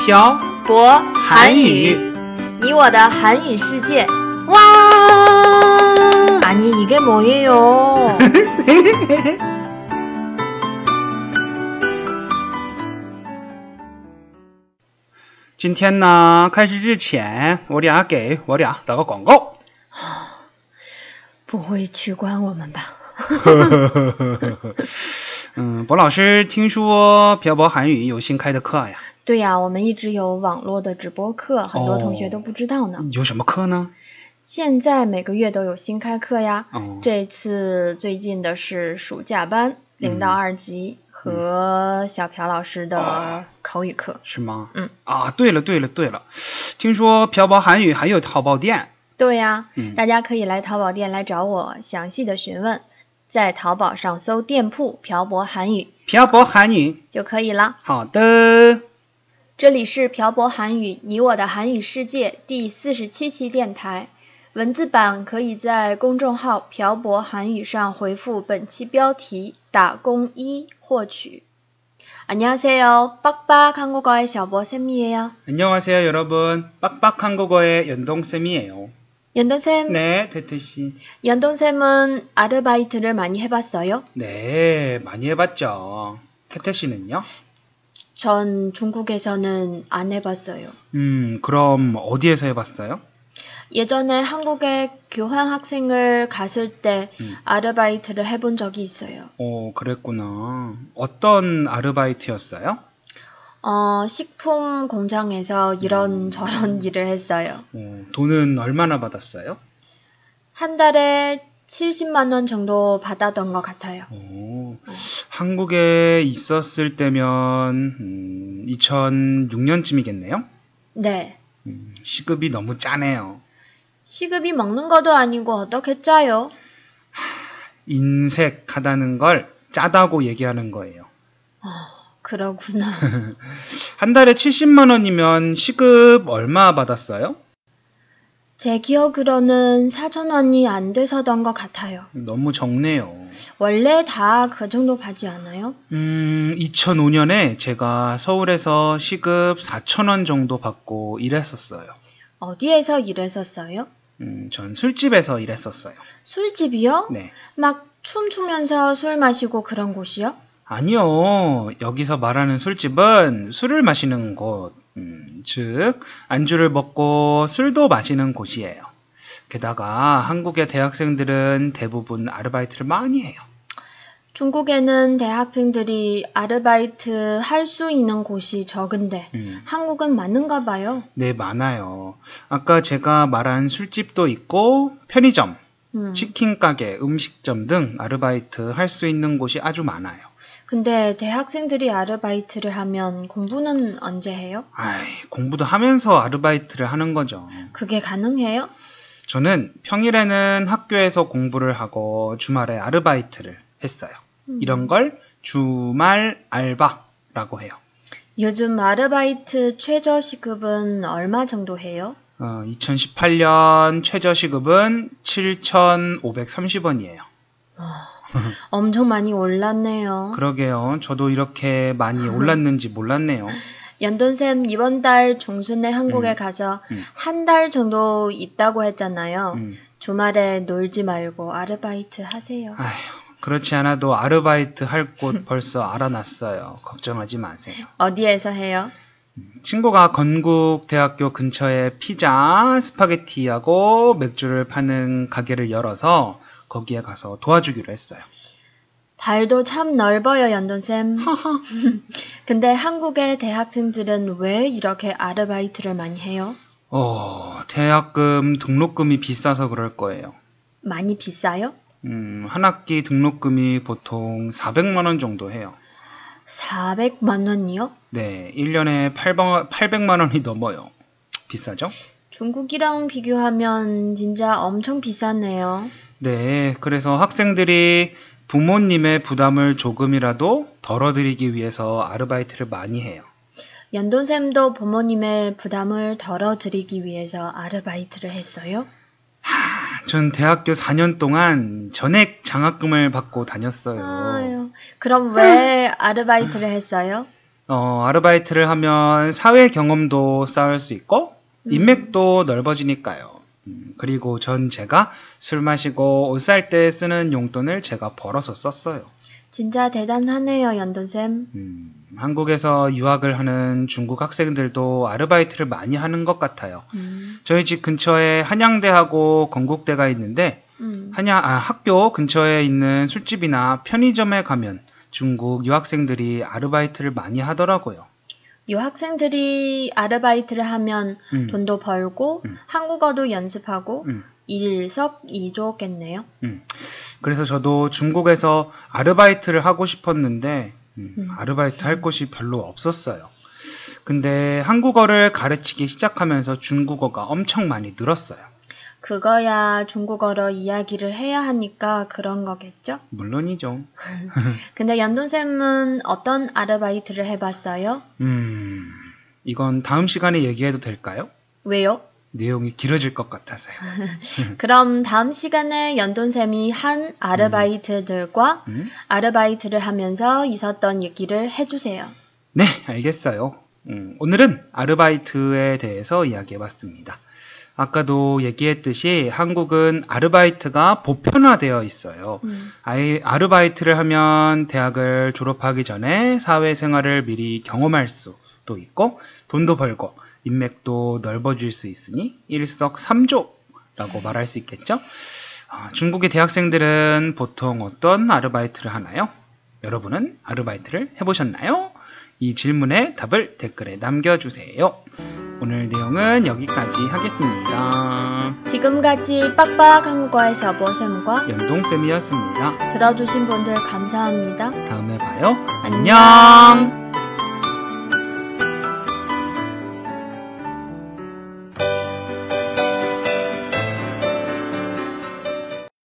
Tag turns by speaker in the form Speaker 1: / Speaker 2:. Speaker 1: 漂
Speaker 2: 泊
Speaker 1: 韩语，
Speaker 2: 你我的韩语世界。啊
Speaker 1: 와!
Speaker 2: 아니 이게 뭐예요?
Speaker 1: 今天呢，开始之前，我俩给我俩打个广告。
Speaker 2: 不会取关我们吧？
Speaker 1: 嗯，博老师听说漂泊韩语有新开的课呀，
Speaker 2: 对呀、我们一直有网络的直播
Speaker 1: 哦
Speaker 2: 课，很多同学都不知道哦呢。
Speaker 1: 有什么课呢？
Speaker 2: 现在每个月都有新开课呀。
Speaker 1: 哦，
Speaker 2: 这次最近的是暑假班零到二
Speaker 1: 嗯
Speaker 2: 级和小朴老师的口语课。
Speaker 1: 是吗？
Speaker 2: 嗯
Speaker 1: 啊，对了对了对了，听说漂泊韩语还有淘宝店，
Speaker 2: 对呀、
Speaker 1: 嗯
Speaker 2: 大家可以来淘宝店来找我详细的询问，在淘宝上搜店铺“漂泊韩语
Speaker 1: 漂泊韩语。”
Speaker 2: 就可以了。
Speaker 1: 好的，
Speaker 2: 这里是漂泊韩语，你我的韩语世界第四十七期电台。文字版可以在公众号“漂泊韩语”上回复本期标题“打工一”获取。안녕하세요，빡빡한국어의小博쌤이에요。
Speaker 1: 안녕하세요 여러분. 빡빡한국어의 연동쌤이에요.
Speaker 2: 연돈쌤,
Speaker 1: 네, 태태 씨.
Speaker 2: 연돈쌤은 아르바이트를 많이 해봤어요?
Speaker 1: 네, 많이 해봤죠. 태태 씨는요?
Speaker 2: 전 중국에서는 안 해봤어요.
Speaker 1: 음, 그럼 어디에서 해봤어요?
Speaker 2: 예전에 한국에 교환 학생을 갔을 때
Speaker 1: 음.
Speaker 2: 아르바이트를 해본 적이 있어요.
Speaker 1: 어, 그랬구나. 어떤 아르바이트였어요?
Speaker 2: 어, 식품 공장에서 이런저런 일을 했어요.
Speaker 1: 어, 돈은 얼마나 받았어요?
Speaker 2: 한 달에 70만 원 정도 받았던 것 같아요.
Speaker 1: 어, 한국에 있었을 때면 음, 2006년쯤이겠네요. 음,
Speaker 2: 네.
Speaker 1: 시급이 너무 짜네요.
Speaker 2: 시급이 먹는 것도 아니고 어떻게 짜요?
Speaker 1: 인색하다는 걸 짜다고 얘기하는 거예요.
Speaker 2: 아, 그러구나.
Speaker 1: 한 달에 70만 원이면 시급 얼마 받았어요?
Speaker 2: 제 기억으로는 4천 원이 안 돼서던 것 같아요.
Speaker 1: 너무 적네요.
Speaker 2: 원래 다 그 정도 받지 않아요?
Speaker 1: 음, 2005년에 제가 서울에서 시급 4천 원 정도 받고 일했었어요.
Speaker 2: 어디에서 일했었어요?
Speaker 1: 음, 전 술집에서 일했었어요.
Speaker 2: 술집이요?
Speaker 1: 네.
Speaker 2: 막 춤추면서 술 마시고 그런 곳이요?
Speaker 1: 아니요. 여기서 말하는 술집은 술을 마시는 곳, 음, 즉, 안주를 먹고 술도 마시는 곳이에요. 게다가 한국의 대학생들은 대부분 아르바이트를 많이 해요.
Speaker 2: 중국에는 대학생들이 아르바이트 할 수 있는 곳이 적은데
Speaker 1: 음,
Speaker 2: 한국은 많은가 봐요.
Speaker 1: 네, 많아요. 아까 제가 말한 술집도 있고, 편의점,
Speaker 2: 음.
Speaker 1: 치킨 가게, 음식점 등 아르바이트 할 수 있는 곳이 아주 많아요.
Speaker 2: 근데 대학생들이 아르바이트를 하면 공부는 언제 해요?
Speaker 1: 아이, 공부도 하면서 아르바이트를 하는 거죠.
Speaker 2: 그게 가능해요?
Speaker 1: 저는 평일에는 학교에서 공부를 하고 주말에 아르바이트를 했어요.
Speaker 2: 음.
Speaker 1: 이런 걸 주말 알바라고 해요.
Speaker 2: 요즘 아르바이트 최저 시급은 얼마 정도 해요?
Speaker 1: 2018년 어, 최저시급은 7,530원이에요.
Speaker 2: 엄청 많이 올랐네요.
Speaker 1: 그러게요. 저도 이렇게 많이 올랐는지 몰랐네요.
Speaker 2: 연돈쌤 이번 달 중순에 한국에
Speaker 1: 음.
Speaker 2: 가서
Speaker 1: 음.
Speaker 2: 한 달 정도 있다고 했잖아요.
Speaker 1: 음.
Speaker 2: 주말에 놀지 말고 아르바이트 하세요.
Speaker 1: 아휴, 그렇지 않아도 아르바이트 할 곳 벌써 알아놨어요. 걱정하지 마세요.
Speaker 2: 어디에서 해요?
Speaker 1: 친구가 건국대학교 근처에 피자, 스파게티하고 맥주를 파는 가게를 열어서 거기에 가서 도와주기로 했어요.
Speaker 2: 발도 참 넓어요, 연돈쌤.
Speaker 1: 하하.
Speaker 2: 근데 한국의 대학생들은 왜 이렇게 아르바이트를 많이 해요?
Speaker 1: 어, 대학금 등록금이 비싸서 그럴 거예요.
Speaker 2: 많이 비싸요?
Speaker 1: 음, 한 학기 등록금이 보통 400만 원 정도 해요.
Speaker 2: 400만 원이요?
Speaker 1: 네, 1년에 800만 원이 넘어요. 비싸죠?
Speaker 2: 중국이랑 비교하면 진짜 엄청 비싸네요.
Speaker 1: 네, 그래서 학생들이 부모님의 부담을 조금이라도 덜어드리기 위해서 아르바이트를 많이 해요.
Speaker 2: 연돈쌤도 부모님의 부담을 덜어드리기 위해서 아르바이트를 했어요?
Speaker 1: 전 대학교 4년 동안 전액 장학금을 받고 다녔어요.
Speaker 2: 아유, 그럼 왜 아르바이트를 했어요?
Speaker 1: 어, 아르바이트를 하면 사회 경험도 쌓을 수 있고
Speaker 2: 음.
Speaker 1: 인맥도 넓어지니까요. 음, 그리고 전 제가 술 마시고 옷 살 때 쓰는 용돈을 제가 벌어서 썼어요.
Speaker 2: 진짜 대단하네요, 연돈쌤.
Speaker 1: 음, 한국에서 유학을 하는 중국 학생들도 아르바이트를 많이 하는 것 같아요.
Speaker 2: 음,
Speaker 1: 저희 집 근처에 한양대하고 건국대가 있는데
Speaker 2: 음.
Speaker 1: 한양 아, 학교 근처에 있는 술집이나 편의점에 가면 중국 유학생들이 아르바이트를 많이 하더라고요.
Speaker 2: 유학생들이 아르바이트를 하면
Speaker 1: 음,
Speaker 2: 돈도 벌고
Speaker 1: 음.
Speaker 2: 한국어도 연습하고
Speaker 1: 음.
Speaker 2: 일석이조겠네요.
Speaker 1: 음. 그래서 저도 중국에서 아르바이트를 하고 싶었는데 음,
Speaker 2: 음.
Speaker 1: 아르바이트 할 곳이 별로 없었어요. 근데 한국어를 가르치기 시작하면서 중국어가 엄청 많이 늘었어요.
Speaker 2: 그거야 중국어로 이야기를 해야 하니까 그런 거겠죠?
Speaker 1: 물론이죠.
Speaker 2: 근데 연돈쌤은 어떤 아르바이트를 해봤어요?
Speaker 1: 음, 이건 다음 시간에 얘기해도 될까요?
Speaker 2: 왜요?
Speaker 1: 내용이 길어질 것 같아서요.
Speaker 2: 그럼 다음 시간에 연돈쌤이 한 아르바이트들과
Speaker 1: 음?
Speaker 2: 아르바이트를 하면서 있었던 얘기를 해주세요.
Speaker 1: 네, 알겠어요. 음, 오늘은 아르바이트에 대해서 이야기해봤습니다. 아까도 얘기했듯이 한국은 아르바이트가 보편화되어 있어요.
Speaker 2: 음,
Speaker 1: 아이, 아르바이트를 하면 대학을 졸업하기 전에 사회생활을 미리 경험할 수도 있고 돈도 벌고 인맥도 넓어질 수 있으니 일석삼조라고 말할 수 있겠죠. 아, 중국의 대학생들은 보통 어떤 아르바이트를 하나요? 여러분은 아르바이트를 해보셨나요? 이 질문의 답을 댓글에 남겨주세요. 오늘 내용은 여기까지 하겠습니다.
Speaker 2: 지금까지 빡빡 한국어의 샤보쌤과
Speaker 1: 연동쌤이었습니다.
Speaker 2: 들어주신 분들 감사합니다.
Speaker 1: 다음에 봐요. 안녕!